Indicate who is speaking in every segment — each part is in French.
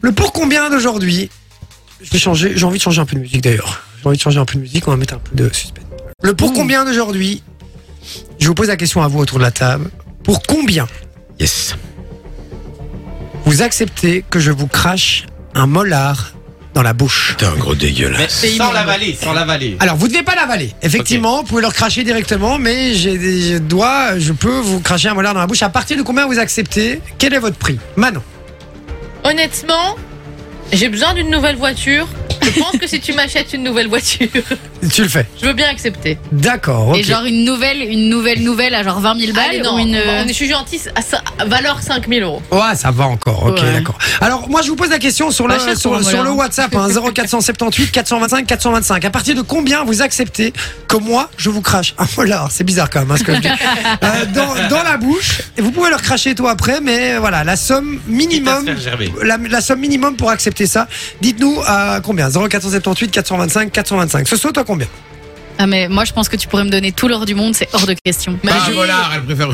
Speaker 1: Le pour combien d'aujourd'hui Je vais changer, j'ai envie de changer un peu de musique d'ailleurs. J'ai envie de changer un peu de musique, on va mettre un peu de suspense. Le
Speaker 2: Mmh.
Speaker 1: pour combien d'aujourd'hui Je vous pose la question à vous autour de la table. Pour combien
Speaker 2: Yes.
Speaker 1: vous acceptez que je vous crache un molar dans la bouche
Speaker 2: T'es un gros dégueulasse.
Speaker 3: Sans l'avaler, sans l'avaler.
Speaker 1: alors, vous devez pas l'avaler. Effectivement, vous pouvez leur cracher directement, mais j'ai des- je dois, je peux vous cracher un molar dans la bouche. À partir de combien vous acceptez Quel est votre prix Manon.
Speaker 4: Honnêtement, j'ai besoin d'une nouvelle voiture. Je pense que si tu m'achètes une nouvelle voiture,
Speaker 1: Tu le fais.
Speaker 4: je veux bien accepter.
Speaker 1: D'accord. ok.
Speaker 5: Et genre une nouvelle, une nouvelle nouvelle à genre 20 000 balles
Speaker 4: Allez, non,
Speaker 5: ou une. euh,
Speaker 4: on est, je suis gentil, à sa- à valeur 5000 euros.
Speaker 1: Ouais, ça va encore. Ok,
Speaker 5: Ouais.
Speaker 1: d'accord. Alors, moi, je vous pose la question sur le,
Speaker 5: Pas cher pour
Speaker 1: sur,
Speaker 5: un
Speaker 1: sur le
Speaker 5: molar.
Speaker 1: WhatsApp hein, 0478 425 425. À partir de combien vous acceptez que moi, je vous crache un molar C'est bizarre quand même hein, ce que je dis. Euh, dans, dans la bouche. Et vous pouvez leur cracher tout après, mais euh, voilà, la somme
Speaker 3: Quitte à se
Speaker 1: minimum.
Speaker 3: faire gerber.
Speaker 1: La, la somme minimum pour accepter ça, dites-nous à combien 0478 425 425. Ce soit toi combien
Speaker 5: Ah mais moi je pense que tu pourrais me donner tout l'or du monde, c'est hors de question.
Speaker 1: Bah,
Speaker 4: Mais,
Speaker 2: Pas un
Speaker 4: j'ai-
Speaker 2: volard, Ah, elle préfère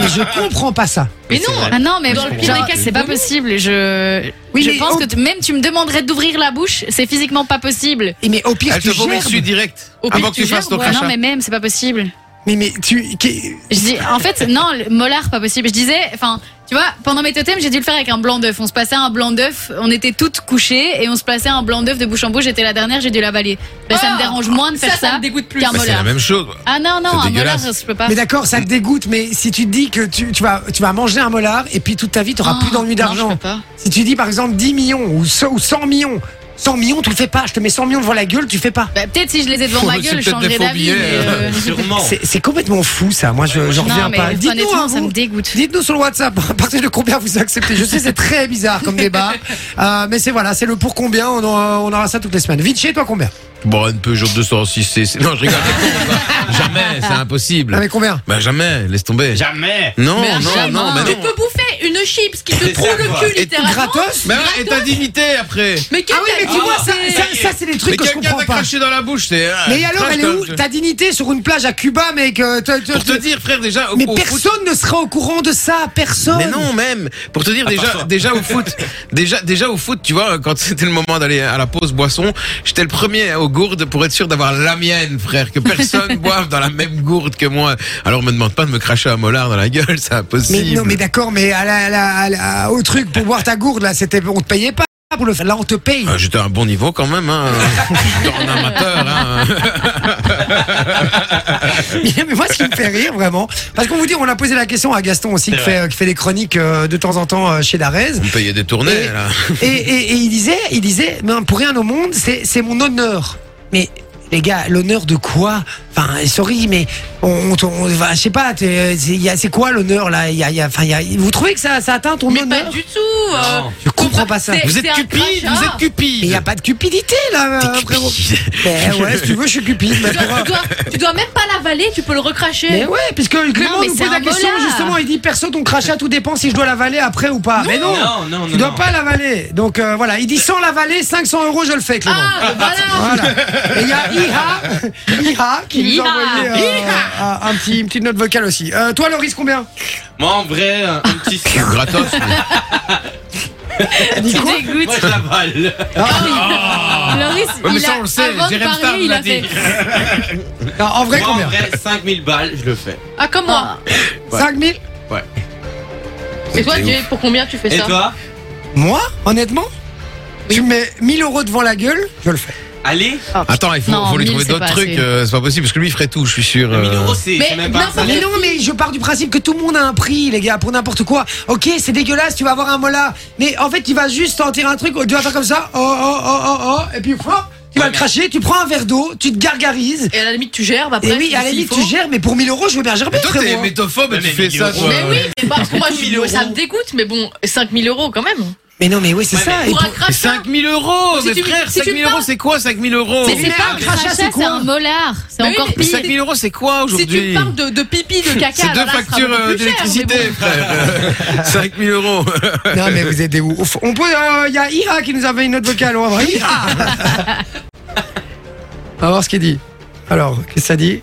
Speaker 1: Mais je comprends pas ça.
Speaker 4: mais
Speaker 3: C'est
Speaker 4: non,
Speaker 3: vrai.
Speaker 5: Ah non mais
Speaker 4: Dans le pire
Speaker 5: genre,
Speaker 4: des cas,
Speaker 5: c'est pas possible. Je
Speaker 1: Oui, mais
Speaker 5: je pense
Speaker 1: on-
Speaker 5: que tu- même tu me demanderais d'ouvrir la bouche, c'est physiquement pas possible.
Speaker 1: Et mais au pire,
Speaker 2: Elle te
Speaker 1: tu
Speaker 2: vomit
Speaker 1: gerbes.
Speaker 2: dessus direct.
Speaker 4: Au pire,
Speaker 2: Avant que tu fasses ton
Speaker 5: Ouais, non
Speaker 2: crachat.
Speaker 5: mais même c'est pas possible.
Speaker 1: Mais, mais tu. qui-
Speaker 5: Je dis en fait non le molar pas possible. Je disais enfin tu vois pendant mes totems j'ai dû le faire avec un blanc d'œuf. On se passait un blanc d'œuf, on était toutes couchées et on se passait un blanc d'œuf de bouche en bouche. J'étais la dernière, j'ai dû l'avaler. Mais ça
Speaker 4: Ah,
Speaker 5: me dérange moins de
Speaker 4: ça,
Speaker 5: faire
Speaker 4: ça
Speaker 5: Oh ça.
Speaker 4: me dégoûte plus.
Speaker 5: qu'un
Speaker 2: Bah, C'est la
Speaker 5: molar.
Speaker 2: même chose.
Speaker 5: Ah non non
Speaker 2: C'est
Speaker 5: un molar
Speaker 2: dégueulasse.
Speaker 5: je peux pas.
Speaker 1: Mais d'accord, ça te dégoûte, mais si tu te dis que tu, tu vas, tu vas manger un molar et puis toute ta vie, tu n'auras
Speaker 5: Ah,
Speaker 1: plus d'ennui
Speaker 5: non, je peux
Speaker 1: d'argent.
Speaker 5: pas.
Speaker 1: Si tu dis par exemple 10 millions ou 100, ou 100 millions, 100 millions, tu le fais pas. Je te mets 100 millions devant la gueule, tu le fais pas.
Speaker 5: Bah, peut-être si je les ai devant
Speaker 2: Ouais,
Speaker 5: ma
Speaker 2: c'est
Speaker 5: gueule, je
Speaker 2: peut-être des
Speaker 5: changerais
Speaker 2: faux
Speaker 5: d'avis.
Speaker 2: billets,
Speaker 5: mais, euh,
Speaker 3: Sûrement.
Speaker 1: C'est c'est complètement fou ça. Moi, je je reviens
Speaker 5: Non, mais
Speaker 1: pas. Dites-nous hein,
Speaker 5: honnêtement, ça
Speaker 1: vous.
Speaker 5: me dégoûte.
Speaker 1: Dites-nous sur le WhatsApp à partir de combien vous acceptez. Je sais, c'est très bizarre comme débat, Euh, mais c'est voilà, c'est le pour combien. On aura, on aura ça toutes les semaines. Vite chez toi combien
Speaker 2: Bon, une Peugeot 206 cc. Non, je rigole. c'est con, ça. jamais, c'est
Speaker 1: Ah,
Speaker 2: impossible.
Speaker 1: mais combien
Speaker 2: Bah jamais, laisse tomber.
Speaker 3: Jamais.
Speaker 2: Non,
Speaker 5: Mais
Speaker 2: non,
Speaker 5: jamais.
Speaker 2: non, mais
Speaker 4: Tu
Speaker 2: non.
Speaker 4: peux bouffer une chips qui te
Speaker 3: C'est
Speaker 4: trouve
Speaker 3: ça,
Speaker 4: le
Speaker 3: quoi.
Speaker 4: cul
Speaker 3: Et
Speaker 4: littéralement.
Speaker 1: Gratos
Speaker 2: Mais ouais, et ta dignité après.
Speaker 4: Mais quel
Speaker 1: Ah oui, mais tu
Speaker 3: Ah,
Speaker 1: vois ça,
Speaker 3: c'est-
Speaker 1: ça- ça, c'est des
Speaker 2: Mais
Speaker 1: trucs que je
Speaker 2: quelqu'un
Speaker 1: comprends
Speaker 2: t'a
Speaker 1: pas.
Speaker 2: craché dans la bouche, c'est. euh,
Speaker 1: Mais alors,
Speaker 2: Crache
Speaker 1: elle est
Speaker 2: ta-
Speaker 1: où Ta dignité sur une plage à Cuba, mec euh, te- te-
Speaker 2: Pour te
Speaker 1: te-
Speaker 2: dire, frère, déjà, au,
Speaker 1: Mais
Speaker 2: au foot.
Speaker 1: personne ne sera au courant de ça, personne.
Speaker 2: Mais non, même. Pour te dire, déjà, déjà au foot, déjà, déjà au foot, tu vois, quand c'était le moment d'aller à la pause boisson, j'étais le premier aux gourdes pour être sûr d'avoir la mienne, frère, que personne boive dans la même gourde que moi. Alors, me demande pas de me cracher un molar dans la gueule, c'est
Speaker 1: Mais
Speaker 2: impossible.
Speaker 1: non, mais d'accord, mais à la- à la- à la- au truc pour boire ta gourde là, c'était on te payait pas pour le faire. Là, on te paye.
Speaker 2: Euh, J'étais à un bon niveau quand même, hein. J'étais en amateur, hein.
Speaker 1: mais moi, ce qui me fait rire vraiment, parce qu'on vous dit, on a posé la question à Gaston aussi qui fait, qui fait des chroniques euh, de temps en temps euh, chez Darez.
Speaker 2: On me payait des tournées, là.
Speaker 1: et, et- et il disait, il disait, mais pour rien au monde, c'est c'est mon honneur. Mais les gars, l'honneur de quoi Enfin, sorry, mais on, on- on- enfin, je sais pas, t'es- c'est il y a- c'est quoi l'honneur là Il y a- il y a- enfin, il y a- Vous trouvez que ça, ça atteint ton
Speaker 4: Mais pas
Speaker 1: honneur
Speaker 4: du tout. euh,
Speaker 3: Non.
Speaker 1: Je comprends pas ça.
Speaker 4: C'est-
Speaker 2: Vous êtes
Speaker 4: un
Speaker 2: cupide,
Speaker 4: crachat.
Speaker 2: vous êtes cupide.
Speaker 1: Mais il n'y a pas de cupidité là, euh, frérot. Ben ouais, si tu veux, je suis cupide. Mais,
Speaker 4: Tu dois, tu dois- tu dois même pas l'avaler, tu peux le recracher.
Speaker 1: mais ouais, puisque Clément
Speaker 5: mais
Speaker 1: nous
Speaker 5: c'est
Speaker 1: pose la
Speaker 5: un
Speaker 1: question
Speaker 5: voleur.
Speaker 1: justement, il dit perso ton crachat tout dépend si je dois l'avaler après ou pas. mais non,
Speaker 3: Non, non,
Speaker 1: tu
Speaker 3: non,
Speaker 1: dois
Speaker 3: non.
Speaker 1: pas l'avaler. Donc euh, voilà, il dit sans l'avaler, 500 euros je le fais Clément.
Speaker 4: Ah, voilà.
Speaker 1: Voilà. Et il y a Iha, Iha qui nous a
Speaker 5: Iha.
Speaker 1: envoyé euh, un un petit, une petite note vocale aussi. Euh, toi Loris combien
Speaker 3: Moi, en vrai, un, un petit.
Speaker 2: Gratos.
Speaker 5: Tu
Speaker 1: Nico
Speaker 5: dégoûtes.
Speaker 3: Moi, je l'avale.
Speaker 5: Loris,
Speaker 2: Ouais, mais
Speaker 5: il
Speaker 2: ça,
Speaker 5: a,
Speaker 2: on le sait,
Speaker 5: avant de
Speaker 2: Jérém Star
Speaker 5: parler,
Speaker 2: nous
Speaker 5: il
Speaker 2: l'a
Speaker 5: a fait.
Speaker 2: dit.
Speaker 1: Non, En vrai
Speaker 3: Moi, en
Speaker 1: combien
Speaker 3: vrai, 5000 balles, je le fais.
Speaker 4: Ah, comme moi.
Speaker 1: 5000
Speaker 4: Et toi,
Speaker 2: C'est
Speaker 4: tu, pour combien tu fais
Speaker 3: Et
Speaker 4: ça
Speaker 3: toi
Speaker 1: Moi Honnêtement Tu mets 1000 euros devant la gueule, je le fais.
Speaker 3: Allez
Speaker 2: Attends, il faut,
Speaker 5: Non,
Speaker 2: faut lui
Speaker 5: 1000,
Speaker 2: trouver
Speaker 5: c'est
Speaker 2: d'autres
Speaker 5: pas
Speaker 2: trucs.
Speaker 5: assez.
Speaker 2: euh, c'est pas possible parce que lui, il ferait tout, je suis sûr.
Speaker 3: 1000
Speaker 2: euh.
Speaker 3: euros, c'est
Speaker 4: Mais
Speaker 3: c'est même pas un
Speaker 4: n'importe
Speaker 3: salaire.
Speaker 1: Ah, Mais non, mais je pars du principe que tout le monde a un prix, les gars, pour n'importe quoi. Ok, c'est dégueulasse, tu vas avoir un mola. Mais en fait, tu vas juste en tirer un truc, tu vas faire comme ça, oh, oh, oh, oh, oh, et puis, hop, tu vas le cracher, tu prends un verre d'eau, tu te gargarises.
Speaker 4: Et à la limite, tu gerbes après.
Speaker 1: Et oui,
Speaker 4: si-
Speaker 1: à la
Speaker 4: s'il
Speaker 1: limite,
Speaker 4: faut.
Speaker 1: tu gères, mais pour 1000 euros, je veux bien gerber,
Speaker 2: Mais toi, t'es
Speaker 1: frérot.
Speaker 2: métophobe et
Speaker 3: Mais
Speaker 2: tu fais ça,
Speaker 3: 1000 euros,
Speaker 2: toi.
Speaker 4: Mais oui, mais parce que moi, je suis-
Speaker 3: 1000
Speaker 4: ça
Speaker 3: euros.
Speaker 4: me dégoûte, mais bon, 5000 euros quand même.
Speaker 1: Mais non, mais oui, c'est
Speaker 3: Ouais,
Speaker 1: ça.
Speaker 3: mais
Speaker 1: Et
Speaker 4: Pour
Speaker 1: pour-
Speaker 4: un crachat.
Speaker 2: 5000 euros,
Speaker 4: Si
Speaker 2: mais
Speaker 4: tu-
Speaker 2: frère,
Speaker 4: si tu
Speaker 2: 5000
Speaker 4: parles-
Speaker 2: euros, c'est quoi 5000 euros
Speaker 5: Mais c'est pas un
Speaker 1: mais un crachat,
Speaker 5: crachat,
Speaker 1: c'est
Speaker 5: c'est
Speaker 1: quoi
Speaker 5: un molar. C'est
Speaker 4: Mais oui,
Speaker 5: encore
Speaker 4: mais-
Speaker 2: Mais
Speaker 5: pire.
Speaker 2: 5000 euros, c'est quoi
Speaker 4: Si tu
Speaker 2: aujourd'hui
Speaker 4: parles de, de pipi, de caca,
Speaker 2: C'est deux
Speaker 4: alors là, ça sera
Speaker 2: factures
Speaker 4: beaucoup
Speaker 2: euh,
Speaker 4: plus cher, mais
Speaker 2: d'électricité,
Speaker 4: bon.
Speaker 2: frère. 5000 euros.
Speaker 1: Non, mais vous êtes des ouf. On peut, il y a Iha qui nous avait une note vocale, on va voir. Iha On va voir ce qu'il dit. Alors, qu'est-ce que ça dit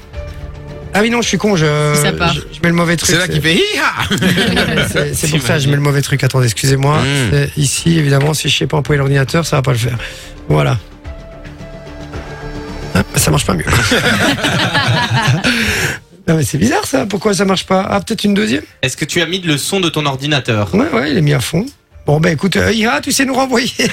Speaker 1: Ah oui, non, je suis con, je,
Speaker 5: Ça part.
Speaker 1: je, je mets le mauvais truc.
Speaker 2: C'est là qu'il fait hi-ha
Speaker 1: C'est c'est pour
Speaker 2: T'imagines.
Speaker 1: ça que je mets le mauvais truc. Attendez, excusez-moi.
Speaker 2: Mm.
Speaker 1: C'est Ici, évidemment, si je sais pas employer l'ordinateur, ça va pas le faire. Voilà. Ah, ça marche pas mieux. non, mais c'est bizarre ça. Pourquoi ça marche pas Ah, peut-être une deuxième
Speaker 3: Est-ce que tu as mis le son de ton ordinateur
Speaker 1: Ouais, ouais, il est mis à fond. Bon, ben écoute, euh, Ira, tu sais nous renvoyer.
Speaker 5: Une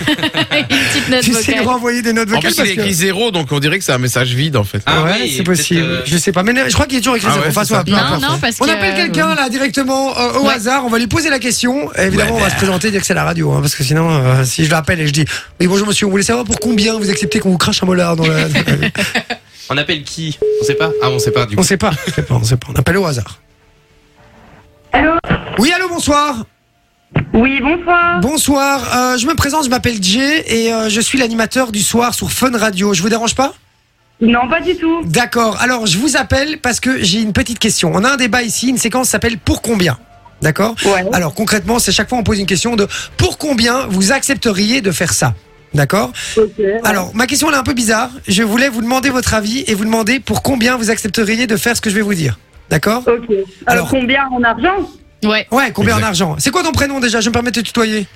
Speaker 5: petite note
Speaker 1: tu sais
Speaker 5: vocale.
Speaker 1: nous renvoyer des notes
Speaker 2: En
Speaker 1: vocales
Speaker 2: plus, il
Speaker 1: parce
Speaker 2: est
Speaker 1: que.
Speaker 2: écrit zéro, donc on dirait que c'est un message vide en fait.
Speaker 3: Ah
Speaker 1: ouais,
Speaker 3: oui,
Speaker 1: c'est
Speaker 3: peut-être,
Speaker 1: possible.
Speaker 3: euh,
Speaker 1: Je sais pas. Mais non, je crois qu'il est toujours écrit
Speaker 2: Ah
Speaker 1: zéro.
Speaker 2: ouais,
Speaker 1: Enfin,
Speaker 2: c'est
Speaker 1: soit,
Speaker 2: ça.
Speaker 1: peu
Speaker 5: Non,
Speaker 1: importe.
Speaker 5: non, parce
Speaker 1: On
Speaker 5: que-
Speaker 1: appelle quelqu'un là directement euh, au
Speaker 5: Ouais.
Speaker 1: hasard. On va lui poser la question. Et évidemment,
Speaker 2: Ouais,
Speaker 1: on va se présenter et dire que c'est la radio, hein, parce que sinon, euh, si je l'appelle et je dis, oui bonjour monsieur, on voulait savoir pour combien vous acceptez qu'on vous crache un molar dans la.
Speaker 3: On appelle qui On sait pas Ah, on sait pas du
Speaker 1: on
Speaker 3: coup.
Speaker 1: sait pas. On sait pas. On sait pas. On appelle au hasard.
Speaker 6: Allô
Speaker 1: Oui, allô, bonsoir.
Speaker 6: Oui, bonsoir.
Speaker 1: Bonsoir. Euh, je me présente. Je m'appelle Jay et euh, je suis l'animateur du soir sur Fun Radio. Je vous dérange pas
Speaker 6: Non, pas du tout.
Speaker 1: D'accord. Alors, je vous appelle parce que j'ai une petite question. On a un débat ici, une séquence s'appelle Pour combien D'accord
Speaker 6: Ouais.
Speaker 1: Alors, concrètement, c'est chaque fois on pose une question de Pour combien vous accepteriez de faire ça D'accord
Speaker 6: Ok.
Speaker 1: Ah, Alors, ma question elle est un peu bizarre. Je voulais vous demander votre avis et vous demander pour combien vous accepteriez de faire ce que je vais vous dire. D'accord
Speaker 6: Ok. Alors,
Speaker 1: Alors-
Speaker 6: combien en argent
Speaker 5: Ouais.
Speaker 1: Ouais, combien
Speaker 2: Exact.
Speaker 1: en argent C'est quoi ton prénom déjà Je me permets de te tutoyer.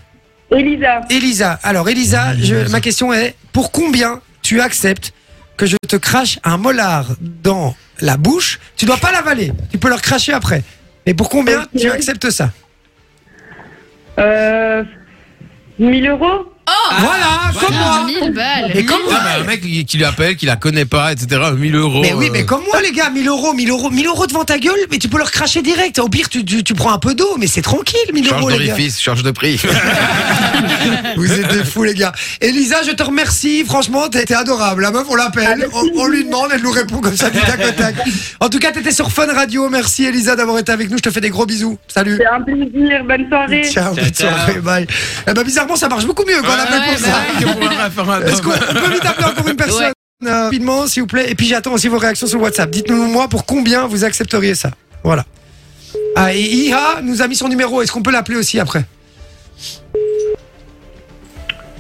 Speaker 6: Elisa,
Speaker 1: Elisa. Alors, Elisa, je- ma question est pour combien tu acceptes que je te crache un molar dans la bouche Tu dois pas l'avaler, tu peux le cracher après. Mais pour combien
Speaker 6: Ok.
Speaker 1: tu acceptes ça
Speaker 6: euh, 1000 euros
Speaker 1: Voilà, comme moi
Speaker 5: 1000 balles.
Speaker 1: Et comme moi
Speaker 2: Ah, bah, un mec qui qui lui appelle, qui la connaît pas, etc. 1000 euros.
Speaker 1: mais oui,
Speaker 2: euh,
Speaker 1: mais comme moi, les gars, 1000 euros, 1000 euros, 1000 euros devant ta gueule, mais tu peux le cracher direct. Au pire, tu, tu, tu prends un peu d'eau, mais c'est tranquille, 1000
Speaker 2: Charge
Speaker 1: euros, les gars.
Speaker 2: d'orifice, charge de prix.
Speaker 1: Vous êtes des fous, les gars. Elisa, je te remercie. Franchement, t'es t'es adorable. La meuf, on
Speaker 5: Ah,
Speaker 1: l'appelle, on, on lui demande, elle nous répond comme ça du tac au tac. En tout cas, t'étais sur Fun Radio. Merci, Elisa, d'avoir été avec nous. Je te fais des gros bisous. Salut.
Speaker 6: C'est un plaisir. Bonne soirée.
Speaker 1: Ciao, bonne
Speaker 3: Ciao, ciao.
Speaker 1: soirée, bye. Eh ben, bizarrement, ça marche beaucoup mieux quand on appelle
Speaker 5: ouais,
Speaker 1: pour
Speaker 5: bah
Speaker 1: ça.
Speaker 5: ouais.
Speaker 1: Est-ce qu'on on peut vite appeler encore une personne
Speaker 5: Ouais.
Speaker 1: euh, rapidement, s'il vous plaît Et puis j'attends aussi vos réactions sur WhatsApp. Dites-nous, moi, pour combien vous accepteriez ça Voilà. Ah, et Iha nous a mis son numéro. Est-ce qu'on peut l'appeler aussi après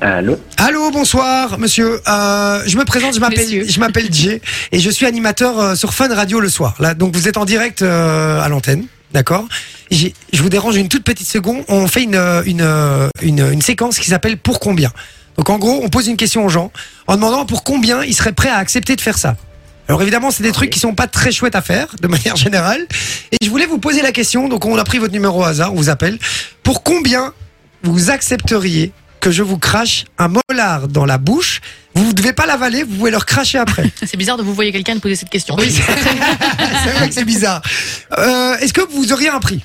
Speaker 7: Allô
Speaker 1: Allô, bonsoir, monsieur. Euh, je me présente, je
Speaker 5: Messieurs.
Speaker 1: m'appelle, je m'appelle Jay et je suis animateur euh, sur Fun Radio le soir. Là, donc vous êtes en direct euh, à l'antenne, d'accord J'ai- Je vous dérange une toute petite seconde. On fait une euh, une euh, une, une séquence qui s'appelle Pour combien. Donc en gros, on pose une question aux gens en demandant pour combien ils seraient prêts à accepter de faire ça. Alors évidemment, c'est des trucs qui sont pas très chouettes à faire de manière générale. Et je voulais vous poser la question. Donc on a pris votre numéro au hasard, on vous appelle. Pour combien vous accepteriez que je vous crache un molar dans la bouche. Vous ne devez pas l'avaler, vous pouvez le recracher après.
Speaker 4: C'est bizarre de vous voyez quelqu'un de poser cette question.
Speaker 1: Oui, c'est c'est vrai que c'est bizarre. Euh, Est-ce que vous auriez un prix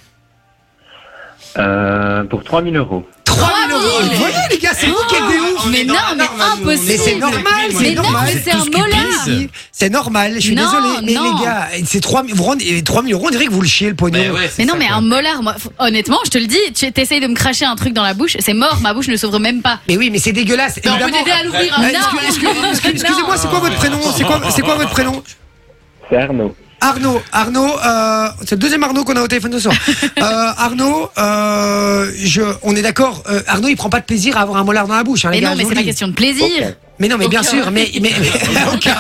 Speaker 7: euh, Pour 3000 euros.
Speaker 1: 3000 euros. Vous voyez, les gars, c'est
Speaker 5: Oh.
Speaker 1: vous qui êtes des ouf.
Speaker 5: Mais non, mais
Speaker 1: Mais c'est
Speaker 5: impossible.
Speaker 1: normal,
Speaker 5: Mais
Speaker 1: c'est
Speaker 5: non,
Speaker 1: normal.
Speaker 5: mais c'est
Speaker 2: tout
Speaker 5: un
Speaker 2: ce qui
Speaker 5: molar.
Speaker 2: pisse.
Speaker 1: C'est normal, je suis
Speaker 5: Non,
Speaker 1: désolé. Mais
Speaker 5: non.
Speaker 1: les gars, c'est 3000 vous rendez- 3000 euros, on dirait que vous le chiez le pognon.
Speaker 3: Mais Ben ouais, c'est
Speaker 5: Mais non,
Speaker 3: ça,
Speaker 5: mais
Speaker 3: quoi.
Speaker 5: un molar, moi, faut- honnêtement, je te le dis, tu t'essayes de me cracher un truc dans la bouche, c'est mort, ma bouche ne s'ouvre même pas.
Speaker 1: Mais oui, mais c'est dégueulasse.
Speaker 5: Non, on peut
Speaker 1: évidemment.
Speaker 5: t'aider à l'ouvrir.
Speaker 1: Euh,
Speaker 5: hein.
Speaker 1: excuse- excuse-
Speaker 5: Non.
Speaker 1: excuse- Excusez-moi, c'est quoi votre prénom C'est quoi, c'est quoi votre prénom
Speaker 7: C'est Arnaud.
Speaker 1: Arnaud, Arnaud, euh, c'est le deuxième Arnaud qu'on a au téléphone ce soir. Euh, Arnaud, euh, je, on est d'accord. euh, Arnaud, il prend pas de plaisir à avoir un molar dans la bouche, hein, les
Speaker 5: Mais
Speaker 1: gars.
Speaker 5: non, mais
Speaker 1: je vous
Speaker 5: c'est
Speaker 1: le
Speaker 5: pas
Speaker 1: dis.
Speaker 5: question de plaisir.
Speaker 1: Mais non, mais bien
Speaker 4: Aucun.
Speaker 1: sûr, mais mais mais, aucun.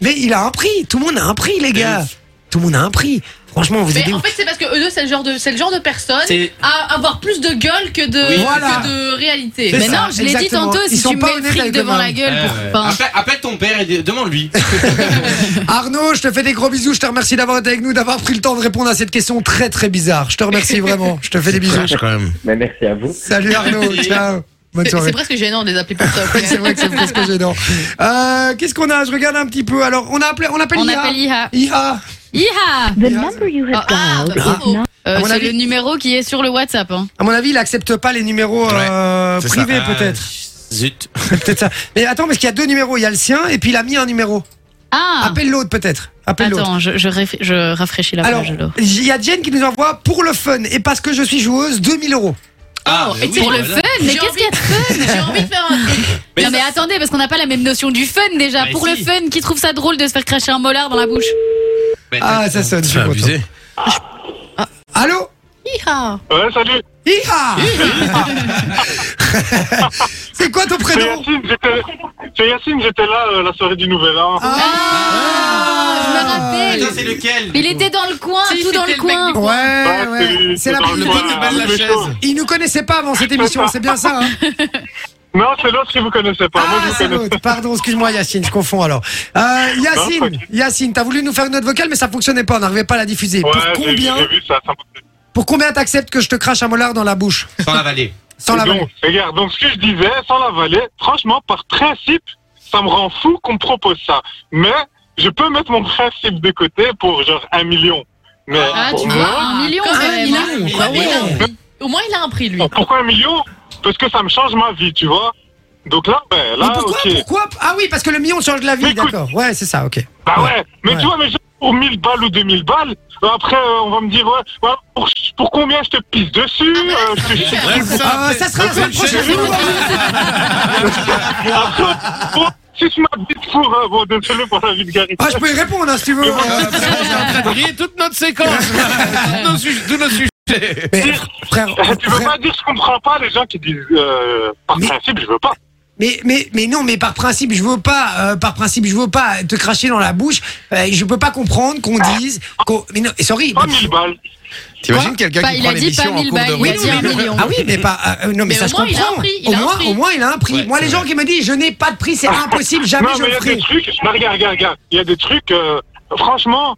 Speaker 1: Mais il a un prix. Tout le monde a un prix, les gars. Tout le monde a un prix. Franchement, vous êtes.
Speaker 4: Mais
Speaker 1: des
Speaker 4: en
Speaker 1: ouf.
Speaker 4: fait, c'est parce que eux deux, c'est le genre de, c'est le genre de personnes
Speaker 3: C'est-
Speaker 4: à avoir plus de gueule que de,
Speaker 1: Oui.
Speaker 4: que
Speaker 1: Voilà.
Speaker 4: de réalité.
Speaker 1: C'est
Speaker 5: Mais
Speaker 1: ça,
Speaker 5: non, je l'ai dit
Speaker 1: exactement.
Speaker 5: tantôt,
Speaker 1: Ils
Speaker 5: si
Speaker 1: sont
Speaker 5: tu
Speaker 1: pas
Speaker 5: mets le
Speaker 1: honnêtes
Speaker 5: fric
Speaker 1: avec
Speaker 5: devant
Speaker 1: eux-mêmes.
Speaker 5: la gueule
Speaker 3: Ouais, ouais.
Speaker 5: pour pain.
Speaker 3: Appelle, appelle ton père et dis- demande-lui.
Speaker 1: Arnaud, je te fais des gros bisous. Je te remercie d'avoir été avec nous, d'avoir pris le temps de répondre à cette question très très bizarre. Je te remercie vraiment. Je te fais des bisous.
Speaker 2: Crache, quand même.
Speaker 7: Mais Ben, merci à vous.
Speaker 1: Salut Arnaud. Ciao. Bonne
Speaker 4: C'est
Speaker 1: soirée.
Speaker 4: c'est presque gênant de les appeler pour ça. au
Speaker 1: C'est
Speaker 4: final.
Speaker 1: vrai que c'est presque gênant. Euh, Qu'est-ce qu'on a Je regarde un petit peu. Alors, on a appelé, on appelle
Speaker 5: On
Speaker 1: Lia.
Speaker 5: appelle Iha.
Speaker 1: Iha.
Speaker 5: Iha
Speaker 8: The
Speaker 1: Yeah.
Speaker 8: number you
Speaker 5: Ah,
Speaker 8: have
Speaker 5: ah,
Speaker 8: dialed
Speaker 5: bah,
Speaker 8: is
Speaker 4: oh,
Speaker 5: bravo.
Speaker 8: not
Speaker 5: Euh,
Speaker 1: mon
Speaker 5: C'est
Speaker 1: avis-
Speaker 5: le numéro qui est sur le WhatsApp. hein.
Speaker 1: À mon avis, il accepte pas les numéros euh,
Speaker 2: Ouais, c'est ça.
Speaker 1: privés,
Speaker 3: Ah,
Speaker 1: peut-être.
Speaker 3: Zut.
Speaker 1: C'est peut-être ça. Mais attends, parce qu'il y a deux numéros. Il y a le sien et puis il a mis un numéro.
Speaker 5: Ah
Speaker 1: Appelle l'autre, peut-être. Appelle l'autre.
Speaker 5: Attends, je, je, réf- je rafraîchis la
Speaker 1: Alors,
Speaker 5: page. là.
Speaker 1: il y a Jen qui nous envoie pour le fun et parce que je suis joueuse, 2000 euros.
Speaker 3: Ah, mais
Speaker 4: et
Speaker 3: oui,
Speaker 5: Pour le
Speaker 3: voilà.
Speaker 5: fun, mais
Speaker 4: J'ai
Speaker 5: qu'est-ce qu'il y a de
Speaker 4: J'ai envie de faire un truc.
Speaker 3: Mais
Speaker 5: non
Speaker 3: ça-
Speaker 5: mais attendez parce qu'on n'a pas la même notion du fun déjà.
Speaker 3: Mais
Speaker 5: Pour
Speaker 3: si.
Speaker 5: le fun, qui trouve ça drôle de se faire cracher un molar dans la bouche
Speaker 3: Mais-
Speaker 1: Ah, ça sonne. je suis
Speaker 2: C'est
Speaker 1: content.
Speaker 2: abusé.
Speaker 1: Allô Ah,
Speaker 4: Hi-ha.
Speaker 9: Ouais, salut,
Speaker 1: Iha C'est quoi ton
Speaker 9: c'est
Speaker 1: prénom
Speaker 9: Yacine, j'étais- c'est Yacine, j'étais là euh, la soirée du Nouvel An.
Speaker 1: Ah,
Speaker 5: je me rappelle.
Speaker 3: Attends, c'est lequel
Speaker 5: Il était dans le coin,
Speaker 4: Si,
Speaker 5: tout dans le
Speaker 4: c'était le
Speaker 5: coin.
Speaker 4: mec
Speaker 1: Ouais,
Speaker 8: Ah,
Speaker 1: ouais. C'est la
Speaker 8: dans
Speaker 2: le
Speaker 8: coin,
Speaker 2: pote de base de la
Speaker 8: le méchant.
Speaker 2: chaise.
Speaker 1: Ils nous connaissaient pas avant cette émission, c'est bien ça. hein
Speaker 8: Non, c'est l'autre que vous connaissez pas. Bah, Moi,
Speaker 1: ah,
Speaker 8: je vous
Speaker 1: c'est
Speaker 8: connais.
Speaker 1: l'autre. Pardon, excuse-moi Yacine, je confonds alors. Euh,
Speaker 8: Non,
Speaker 1: Yacine,
Speaker 8: tranquille.
Speaker 1: Yacine, t'as voulu nous faire une note vocale, mais ça fonctionnait pas, on n'arrivait pas à la diffuser.
Speaker 8: Ouais,
Speaker 1: pour
Speaker 8: j'ai-
Speaker 1: combien,
Speaker 8: J'ai vu ça. ça m'a-
Speaker 1: pour combien t'acceptes que je te crache un molar dans la bouche
Speaker 3: Sans la vallée.
Speaker 1: sans la
Speaker 8: donc, regarde, donc ce que je disais, sans l'avaler, franchement, par principe, ça me rend fou qu'on me propose ça. Mais je peux mettre mon principe de côté pour genre un million. Mais
Speaker 4: Ah,
Speaker 8: pour
Speaker 4: tu
Speaker 8: moi,
Speaker 4: vois,
Speaker 5: Un million,
Speaker 4: Quand
Speaker 5: quand
Speaker 4: même,
Speaker 5: même.
Speaker 4: hein.
Speaker 1: million, Ah
Speaker 4: Au moins,
Speaker 1: ouais.
Speaker 4: il a un prix. Au moins, il a un prix, lui.
Speaker 8: Pourquoi un million Parce que ça me change ma vie, tu vois. Donc là, ben,
Speaker 1: Mais
Speaker 8: là,
Speaker 1: pourquoi,
Speaker 8: ok.
Speaker 1: pourquoi Ah oui, parce que le million change la vie,
Speaker 8: Mais écoute-
Speaker 1: d'accord. Ouais, c'est ça, ok.
Speaker 8: Bah
Speaker 1: Ouais,
Speaker 8: ouais, mais
Speaker 1: ouais.
Speaker 8: tu vois, mais genre pour 1000 balles ou 2000 balles, euh, après euh, on va me dire, ouais, ouais, pour, pour combien je te pisse dessus euh, je te chie dessus.
Speaker 2: Bref,
Speaker 1: Ah, ça sera la semaine prochaine.
Speaker 8: Après, bon, Si tu m'as dit pour, euh, bon, désolé pour la vulgarité.
Speaker 1: Ah, je peux y répondre hein, si tu veux.
Speaker 2: Euh,
Speaker 1: Euh,
Speaker 2: frère, on est en train de griller toute notre séquence. tous, nos sujets, tous nos sujets.
Speaker 1: mais, frère,
Speaker 8: tu veux
Speaker 1: frère,
Speaker 8: pas dire je comprends pas les gens qui disent euh, par
Speaker 1: Mais-
Speaker 8: principe je veux pas.
Speaker 1: mais, mais, mais non, mais par principe, je veux pas. euh, par principe, je veux pas te cracher dans la bouche. Euh, je peux pas comprendre qu'on dise. qu'on- mais non, sorry.
Speaker 8: Pas 1000 balles.
Speaker 2: T'imagines quelqu'un
Speaker 5: Bah,
Speaker 2: qui
Speaker 5: il
Speaker 2: prend
Speaker 5: a dit pas
Speaker 2: l'émission en
Speaker 5: 1000
Speaker 2: cours
Speaker 5: balles,
Speaker 2: de
Speaker 5: il a
Speaker 2: route.
Speaker 5: dit un million.
Speaker 1: Ah oui, mais pas. euh, non, mais,
Speaker 4: Mais
Speaker 1: ça
Speaker 4: au
Speaker 1: je
Speaker 4: moins, il a un
Speaker 1: comprends.
Speaker 4: prix, il
Speaker 1: au,
Speaker 4: a un
Speaker 1: moins,
Speaker 4: prix.
Speaker 1: au moins, il a un prix.
Speaker 3: Ouais,
Speaker 1: moi, les
Speaker 3: c'est
Speaker 1: gens qui me disent, je n'ai pas de prix, c'est impossible, jamais
Speaker 8: non
Speaker 1: je
Speaker 8: mais il
Speaker 1: le
Speaker 8: y a
Speaker 1: ferai.
Speaker 8: des trucs, mais regarde, regarde, regarde, il y a des trucs, euh, franchement,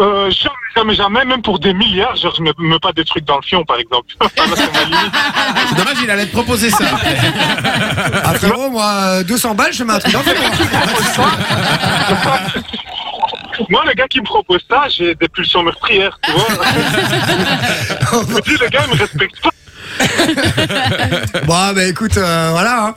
Speaker 8: euh, jamais, jamais, jamais, même pour des milliards, genre je ne mets pas des trucs dans le fion par exemple. Là, c'est ma limite.
Speaker 2: C'est dommage, il allait te proposer ça.
Speaker 1: Ah, frérot, moi, euh, 200 balles, je te mets un truc dans le ventre.
Speaker 8: Moi, le gars qui me propose ça, j'ai des pulsions meurtrières, tu vois. Je me dis, le gars, il me respecte pas.
Speaker 1: Bon, bah écoute, euh, voilà. hein.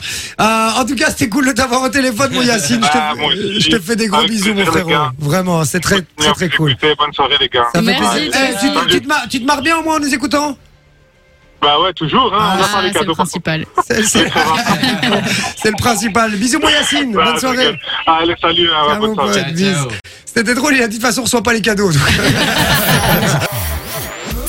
Speaker 1: Euh, en tout cas, c'était cool de t'avoir au téléphone, mon Yacine. Je te,
Speaker 8: Ah, moi aussi.
Speaker 1: je te fais des gros
Speaker 8: Avec
Speaker 1: bisous, mon
Speaker 8: plaisir, les
Speaker 1: frérot.
Speaker 8: gars.
Speaker 1: Vraiment, hein, c'est très, très, très cool.
Speaker 8: Écoutez, bonne soirée, les gars.
Speaker 1: Ça fait
Speaker 5: Merci,
Speaker 1: plaisir.
Speaker 5: Thierry.
Speaker 1: Eh, tu, tu te marres, tu te marres bien au moins en nous écoutant
Speaker 8: Bah ouais, toujours, hein, on a
Speaker 5: Ah,
Speaker 8: pas les
Speaker 5: c'est le
Speaker 8: cadeaux. par
Speaker 5: principal.
Speaker 1: C'est c'est- c'est le principal. Bisous, mon Yacine.
Speaker 8: contre.
Speaker 1: Bonne
Speaker 8: Ah, je
Speaker 1: soirée.
Speaker 8: rigole. Ah, Allez, salut, hein,
Speaker 1: Ciao,
Speaker 8: bonne soirée.
Speaker 1: pote. Bise. C'était drôle, il a dit de toute façon, reçois pas les cadeaux.